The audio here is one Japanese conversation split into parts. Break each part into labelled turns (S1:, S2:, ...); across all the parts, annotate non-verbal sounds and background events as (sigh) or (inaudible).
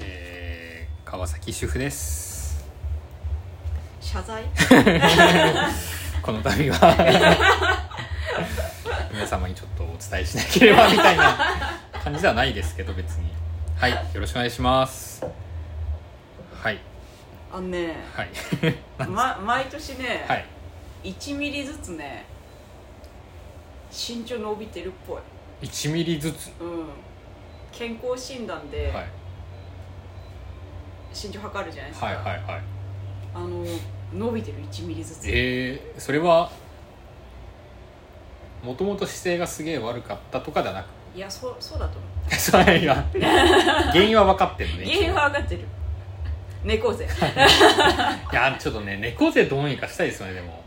S1: えー川崎主婦です (laughs)
S2: 謝罪
S1: この度は
S2: (laughs)
S1: 皆様にちょっとお伝えしなければみたいな感じではないですけど別にはいよろしくお願いしますはい
S2: あのね、
S1: はい
S2: ま、毎年ね、
S1: はい
S2: 1ミリずつね身長伸びてるっぽい、
S1: 1ミリずつ
S2: うん、健康診断で
S1: はい
S2: 身長測るじゃないですか、
S1: はいはいはい
S2: あの伸びてる1ミリずつ、
S1: えー、それはもともと姿勢がすげえ悪かったとかじゃなく
S2: いやそうそうだと思う
S1: それが原因は分かってるね
S2: 原因は分
S1: (laughs)
S2: かってる猫背
S1: いやちょっとね猫背どうにかしたいですよねでも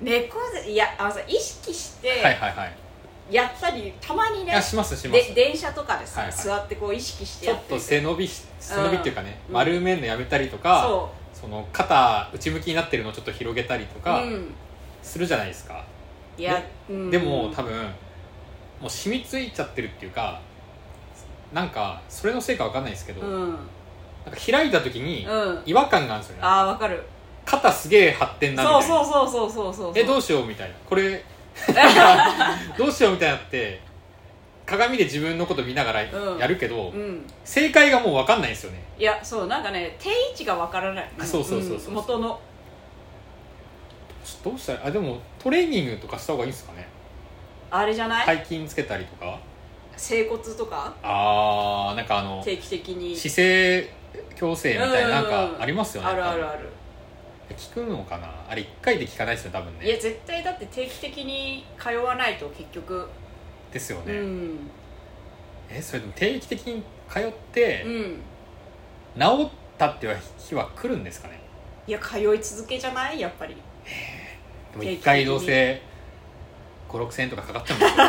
S2: 猫背いやあのさ意識して
S1: はいはいはい
S2: やったり、たまに
S1: い
S2: ね
S1: やしますしま
S2: です電車とかでさ、
S1: はいはい
S2: 座ってこう意識して
S1: ちょ
S2: や
S1: っ
S2: って
S1: と
S2: る
S1: 背伸びし背伸びっていうかね、
S2: うん
S1: 丸めるのやめたりとか
S2: そ
S1: その肩内向きになってるのをちょっと広げたりと
S2: う、う
S1: か
S2: ん、
S1: するじゃないですか、
S2: いや
S1: ね、
S2: うん
S1: でも多分もう染みついちゃってるっていうかなんかそれのせいか分かんないですけど、
S2: うんうん
S1: なんか開いた時に
S2: あ
S1: 違和感があるんですよね
S2: あーわかる
S1: 肩すげえ張ってんなみたい
S2: そ
S1: な
S2: うそうそうそうそうそう
S1: えどうしようみたいなこ
S2: (laughs)
S1: れなんかどうしようみたいになって鏡で自分のこと見ながら
S2: うん
S1: やるけど、
S2: うん
S1: 正解がもう分かんないんですよね
S2: いやそうなんかね定位置がわからない
S1: あそうそうそうそうん
S2: 元の
S1: ちょどうしたらあでもトレーニングとかした方がいいんですかね
S2: あれじゃない、
S1: 背筋つけたりとか
S2: 整骨とか
S1: あーなんかあの
S2: 定期的に
S1: 姿勢矯正みたいななん
S2: うんうんう
S1: か
S2: ん
S1: ありますよね
S2: あるあるあ
S1: る
S2: る、
S1: 聞くのかなあれ1回で聞かないですよね多分
S2: いや
S1: ね
S2: 絶対だって定期的に通わないと結局、
S1: ですよね、
S2: うん
S1: えそれでも定期的に通って、
S2: うん
S1: 治ったっていう日は来るんですかね
S2: いや通い続けじゃないやっぱり
S1: でも一回どうせ56000円とかかかっちゃうんですよ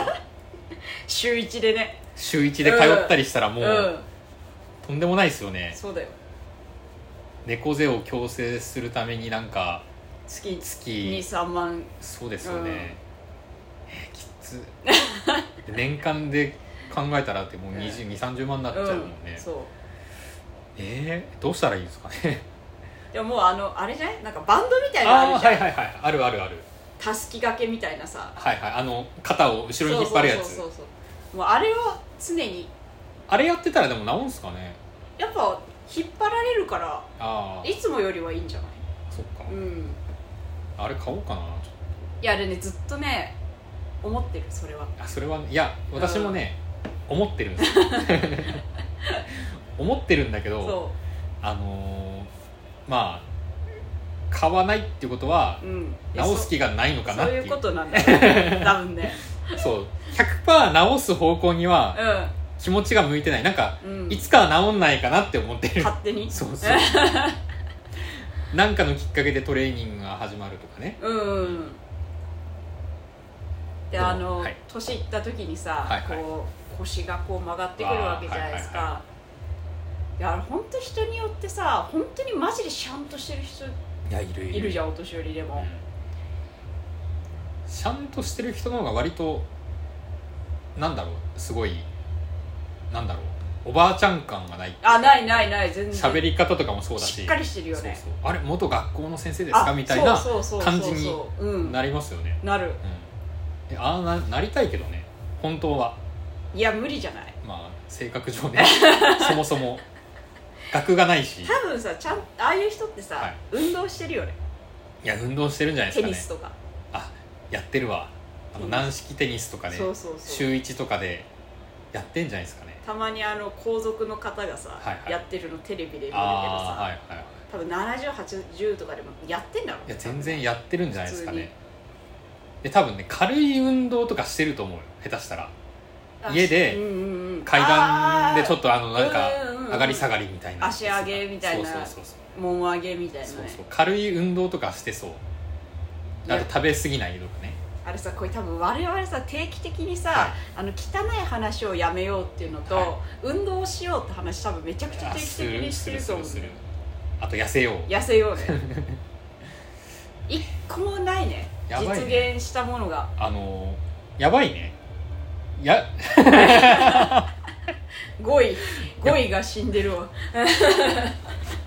S2: (laughs) 週一でね
S1: 週1で通ったりしたらもう、
S2: うん
S1: とんでもないですよね
S2: そうだよ
S1: 猫背を矯正するためになんか
S2: 月
S1: 月
S2: 23万
S1: そうですよね、えーきつ年間で考えたらってもう2 0 3 0万になっちゃうもんね
S2: うん、、そ
S1: えーどうしたらいいんですかね
S2: うでももうあのあれじゃないなんかバンドみたいな
S1: ああ
S2: のあるじゃ
S1: は
S2: ん、
S1: いはいはいあるあるある
S2: たすき掛けみたいなさ
S1: はいはいあの肩を後ろに引っ張るやつ
S2: そうそうそうそうもうあれを常に
S1: あれやってたらでも治るんすかね
S2: やっぱ引っ張られるから
S1: ああ
S2: いつもよりはいいんじゃない
S1: そっか、
S2: うん
S1: あれ買おうかなちょっと
S2: いやあれねずっとね思ってるそれは
S1: あそれは、いや私もね、思ってるんですよ (laughs) 思ってるんだけど
S2: そ
S1: あのーまあ買わないっていうことは
S2: ううんいや
S1: 直す気がないの
S2: そ
S1: かなっ
S2: そう
S1: てい
S2: いううことなんだ
S1: (laughs)
S2: よ多分ね
S1: そう100%直す方向には気持ちが向いてないなんか、
S2: うん、うん、
S1: いつかは治んないかなって思ってる
S2: 勝手に
S1: そう
S2: (laughs)
S1: そうなんかのきっかけでトレーニングが始まるとかね
S2: うんうん
S1: で
S2: で
S1: も
S2: あの、
S1: はい
S2: 年いった時にさ、
S1: はいはい
S2: こう腰がこう曲がってくるわけじゃないですか、
S1: あーはい
S2: いやあれ本当人によってさ本当にマジでシャンとしてる人
S1: いやいる
S2: いるじ
S1: ゃ
S2: ゃんお年寄りでも、
S1: ちゃんとしてる人の方が割となんだろうすごいなんだろうおばあちゃん感がない
S2: あないないない全然
S1: 喋り方とかもそうだし
S2: しっかりしてるよね
S1: そうそうあれ元学校の先生ですか
S2: あ
S1: みたいな
S2: そうそうそうそう
S1: 感じに
S2: うん
S1: なりますよね、
S2: なる
S1: うん、えああななりたいけどね本当はい
S2: や無理じゃない
S1: まあ性格上
S2: (laughs)
S1: ねそもそも学がないしい
S2: 多分さちゃんああいう人ってさ、
S1: はい
S2: 運動してるよね
S1: や運動してるんじゃないですか
S2: テニ
S1: ね
S2: スとか、
S1: あやってるわあの
S2: テニス
S1: 軟式テニスとかね
S2: そうそうそう
S1: 週一とかでやってんじゃないですかね
S2: たまにあの皇族の方がさ、
S1: はいはい
S2: やってるのテレビで見るけど
S1: ああ
S2: さ、
S1: はいはいはい
S2: 多分7080とかでもやってんだろう
S1: いや
S2: ね
S1: 全然やってるんじゃないですか
S2: 普通
S1: ね
S2: に
S1: で多分ね軽い運動とかしてると思うよ下手したら
S2: あ
S1: 家で
S2: うんうんうん
S1: 階段でちょっ
S2: あ
S1: とあのなんか
S2: うんうんうん
S1: 上がり下がりみたいな
S2: 足上げみたいな
S1: そうそうそう
S2: ーもん上げみたいな
S1: そ
S2: ね
S1: うそうそう軽い運動とかしてそうあと食べ過ぎないとかね
S2: あれさこれ多分我々さ定期的にさ、
S1: はい
S2: あの汚い話をやめようっていうのと、
S1: は
S2: 運動をしようって話多分めちゃくちゃ定期的にしてると思う
S1: するするするあと痩せようい (laughs)
S2: 痩せようね一個もないね
S1: やばい
S2: 実
S1: ね
S2: 現したものが
S1: あのやばいねや
S2: 5位5位が死んでるわ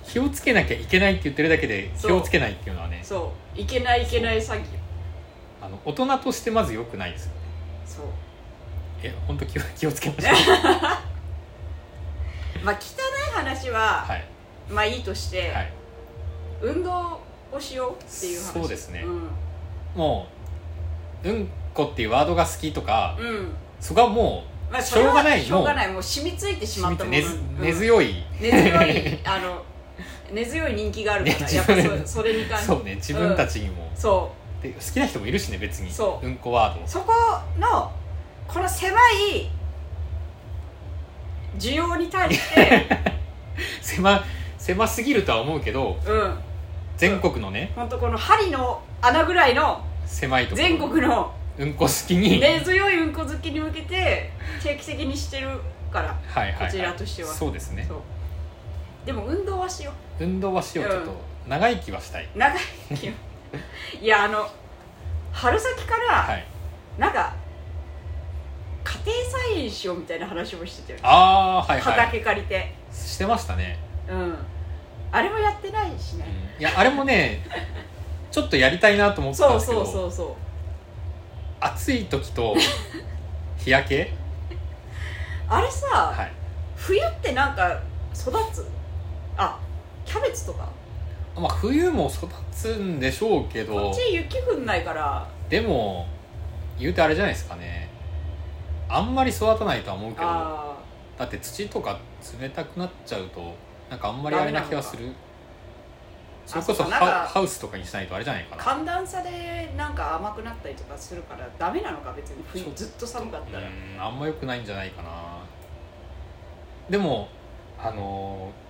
S1: 気をつけなきゃいけないって言ってるだけで
S2: そ
S1: 気
S2: う
S1: をつけないっていうのはね
S2: そういけないいけない詐欺
S1: あの大人としてまず良くないですよね
S2: そう
S1: え本当気を気をつけ
S2: (laughs)
S1: ましょう
S2: まあ汚い話は、
S1: はい
S2: まあいいとして、
S1: はい
S2: 運動をしようっていう話
S1: そうですね
S2: うん、
S1: もううんこっていうワードが好きとか
S2: うん
S1: そこはも
S2: まあ、
S1: しょうがない
S2: それはしょうがないもう染みついて
S1: う
S2: しまったもの
S1: 根づ根
S2: うん
S1: 強い、
S2: 根強いあの根強い人気があるから、
S1: ね
S2: やっぱ
S1: 自分
S2: そそれに関して
S1: そうね自分たちにも、
S2: そ
S1: で好きな人もいるしね別に
S2: そうん
S1: こワード
S2: うそこのこの狭い需要に
S1: (laughs)
S2: 対して、
S1: 狭狭すぎるとは思うけど
S2: うん、
S1: 全国のね
S2: 本当この針の穴ぐらいの
S1: 狭いところ
S2: 全国の
S1: うんこ好きに、
S2: 根強いうんこ好きに向けて定期的にしてるから
S1: はいはい、はい、
S2: こちらとしては
S1: そうですね
S2: そうでも運動はしよ
S1: 運動はしようちょっと、
S2: うん
S1: 長生きはしたいう
S2: 長い気をいやあの春先から、
S1: はい
S2: なんか家庭菜園しようみたいな話もしてて、
S1: ああーはいはい
S2: 畑借りて
S1: してましたね、
S2: うんあれもやってないし
S1: うん
S2: ね、
S1: いやあれもねちょっとやりたいなと思ってたん
S2: そう
S1: ですけど
S2: そうそうそ
S1: 暑い時
S2: (laughs)
S1: と日焼け
S2: うあれさ、
S1: はい
S2: 冬ってなんか育つあキャベツとか
S1: まあ冬も育つんでしょうけ
S2: こ
S1: ど
S2: っち雪降んないから
S1: でも言うてあれじゃないですかねあんまり育たないとは思うけどだ
S2: あ
S1: って土とか冷たくなっちゃうとなんかあんまりあれな気がするそれこそ
S2: あそうかなん
S1: ハ
S2: か
S1: ハウスとかにしないとあれじゃないか
S2: ー
S1: な
S2: 寒暖差でなんか甘くなったりとかするからダメなのか別に冬
S1: そう
S2: ずっと寒かったら
S1: うんあんま良くないんじゃないかなでもあのー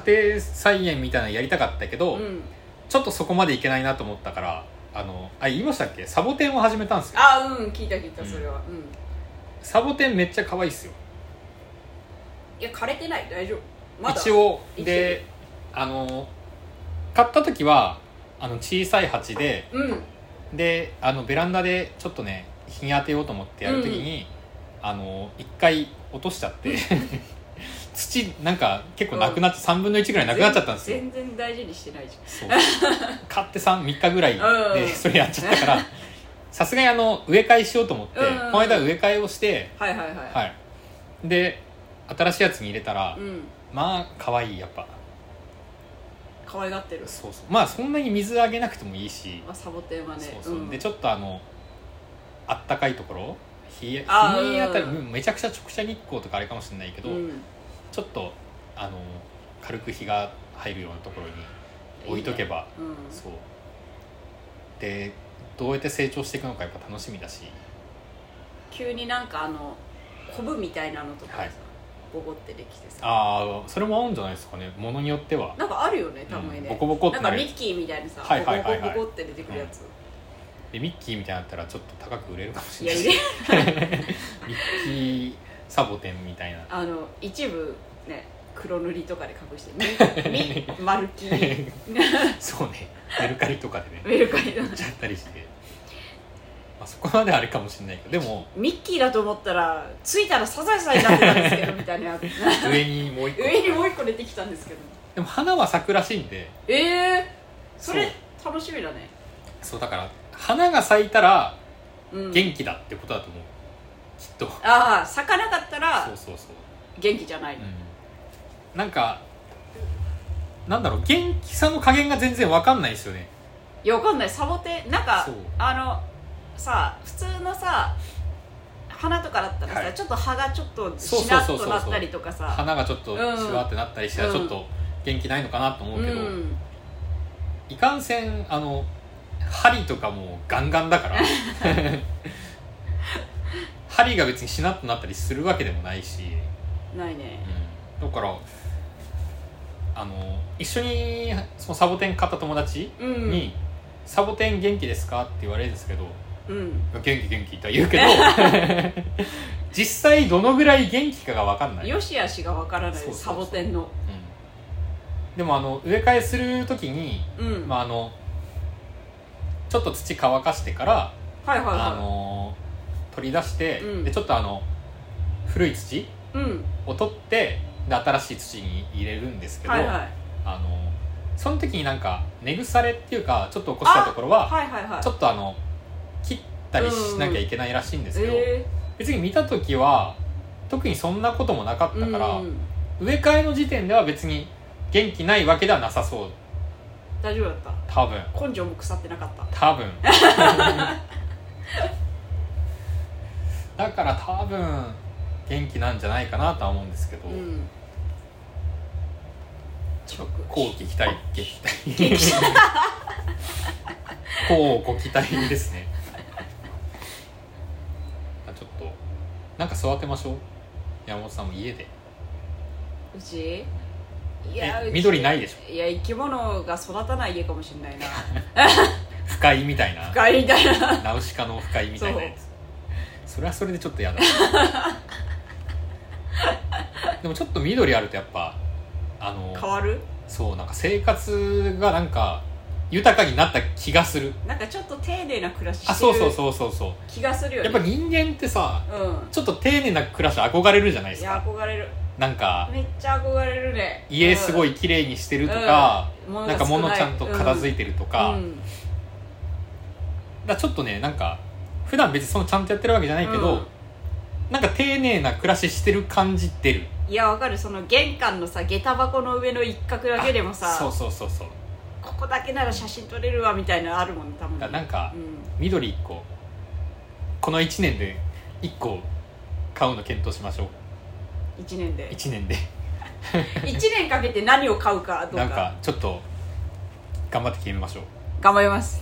S1: 家庭菜園みたいなのやりたかったけど、
S2: うん
S1: ちょっとそこまでいけないなと思ったからあのあ言いましたっけサボテンを始めたんですよ
S2: あうん聞いた聞いたそれはうん、
S1: サボテンめっちゃ可愛いっすよ
S2: いや枯れてない大丈夫まだ
S1: 一応
S2: 生きて
S1: であの買った時はあの小さい鉢で
S2: うん
S1: であのベランダでちょっとね日に当てようと思ってやる時に、あの一回落としちゃって土なんか結構なくなって3分の1ぐらいなくなっちゃったんですよ
S2: 全然大事にしてないじ
S1: そう買って 3, 3日ぐらい
S2: うん
S1: でそれやっちゃったからさすがにあの植え替えしようと思って、
S2: うん
S1: この間植え替えをして、
S2: ゃんはいはいはい、
S1: はい、で新しいやつに入れたら、
S2: うん
S1: まあ可愛いやっぱ
S2: 可愛がってる、
S1: そうそうまあそんなに水あげなくてもいいし、
S2: まあ、サボテンはね
S1: そうそう、
S2: ん
S1: でちょっとあのあったかいところ日日
S2: あ
S1: あ
S2: ー
S1: たり
S2: うん
S1: めちゃくちゃ直射日光とかあれかもしれないけど、
S2: うん
S1: ちょっとあの軽く日が入るようなところに置いとけば
S2: うん、
S1: そうでどうやって成長していくのかやっぱ楽しみだし
S2: 急になんかあのコブみたいなのとかさ、
S1: はい
S2: ボコってできてさ
S1: ああそれも合うんじゃないですかねものによっては
S2: なんかあるよねたま
S1: う
S2: に
S1: ん
S2: ね、
S1: ボコボコって
S2: なん
S1: な
S2: か
S1: る
S2: ミッキーみたいなさ、
S1: はいはいはいはい
S2: ボコボコボコって出てくるやつ、
S1: でミッキーみたいになったらちょっと高く売れるかもし
S2: いや
S1: れない
S2: いや
S1: ミッキーサボテンみたいな
S2: あの一部ね黒塗りとかで
S1: (laughs)
S2: 隠してみみ丸キー (laughs)
S1: そうねメルカリとかでね
S2: メルカリの
S1: 売っちゃったりして、まあ、そこまであれかもしれないけどでも
S2: ミッキーだと思ったらついたらサザエさんになってたんですけどみた
S1: (laughs)
S2: いなやつ
S1: 上にもう一個
S2: 上にもう一個出てきたんですけど
S1: でも花は咲くらしいんで
S2: ええそれ楽しみだね
S1: そうだから花が咲いたら
S2: うん
S1: 元気だってことだと思う、きっと
S2: ああ咲かなかった
S1: そ
S2: ら
S1: うそうそう
S2: 元気じゃない、
S1: うんなんかなんだろう元気さの加減が全然わかんないですよね
S2: いやわかんないサボテンなんか
S1: そう
S2: あのさ普通のさ花とかだったらさ、
S1: はい
S2: ちょっと葉がちょっと
S1: そう
S2: し
S1: そう
S2: なっ
S1: そうそう
S2: となったりとかさ
S1: 花がちょっと
S2: うん
S1: シワってなったりしたらちょっと元気ないのかなと思う
S2: う
S1: けど、
S2: ん
S1: いかんせんあの針とかもガンガンだ
S2: (laughs)
S1: から針が別にしなっとなったりするわけでもないし、
S2: ないね
S1: だからあの一緒にそのサボテン買った友達
S2: うん
S1: に、サボテン元気ですか?」って言われるんですけど
S2: うん
S1: 「元気元気」とは言うけど
S2: (laughs)
S1: 実際どのぐらい元気かが分かんない、うん
S2: よしあしがわからない
S1: そうそう
S2: サボテンの
S1: でもあの植え替えする時に、
S2: うん、
S1: まあ、あのちょっと土乾かしてから、
S2: はいはい
S1: あ
S2: は
S1: のー取り出して、
S2: うん
S1: でちょっとあの古い土
S2: いうん
S1: を取ってで新しい土に入れるんですけど、
S2: はいはい
S1: あのーその時になんか根腐れっていうかちょっと起こしたところは
S2: はいはいはい
S1: ちょっとあの切ったりしなきゃいけないらしいんですけど、
S2: え
S1: 別に見た時は特にそんなこともなかっ
S2: ー
S1: たから、
S2: うん
S1: 植え替えの時点では別に元気ないわけではなさそう
S2: 大丈夫だった
S1: 多分
S2: 根性も腐ってなかった
S1: 多分だから多分元気なんじゃないかなとは思うんですけど、
S2: うん
S1: ちょっと後期期待期
S2: (laughs)
S1: 待こうご期待ですねあちょっとなんか育てましょう山本さんも家で
S2: うちい
S1: え
S2: うち
S1: 緑ないでしょ
S2: いや生き物が育たない家かもしれないな (laughs)
S1: 不快みたいな
S2: 深いみたいな
S1: (laughs) ナウシカの不快みたいなやつそれはそれでちょっと嫌だ (laughs) でもちょっと緑あるとやっぱあの
S2: 変わる
S1: そうなんか生活がなんか豊かになった気がする
S2: なんかちょっと丁寧な暮らし
S1: あ
S2: して
S1: そうそう
S2: る
S1: そうそうそ
S2: 気がする
S1: う
S2: よ
S1: や
S2: ね
S1: っぱ人間ってさ
S2: う
S1: ちょっと丁寧な暮らし憧れるじゃないで
S2: んい
S1: す
S2: や
S1: か
S2: 憧れる
S1: なんか
S2: めっちゃ憧れるね
S1: 家すご
S2: い
S1: い綺麗にしてるとか、
S2: うん
S1: なんか物ちゃんと片付
S2: い
S1: いてると
S2: た
S1: か,、だからちょっとねなんか普段別にそのちゃんとやってるわけじゃないけど、
S2: うん
S1: なんか丁寧な暮らししてる感じ出る
S2: いやわかるその玄関のさ下駄箱の上の一角だけでも
S1: そう
S2: さ
S1: そうそうそう
S2: ここだけなら写真撮れるわみたいなのあるもんね多分
S1: だからなんか
S2: うん
S1: 緑1個この1年で1個買うの検討しましょう
S2: 1年で
S1: 1年で
S2: 1年かけて何を買うかどう
S1: なん
S2: か
S1: かちょっと頑張って決めましょう
S2: 頑張ります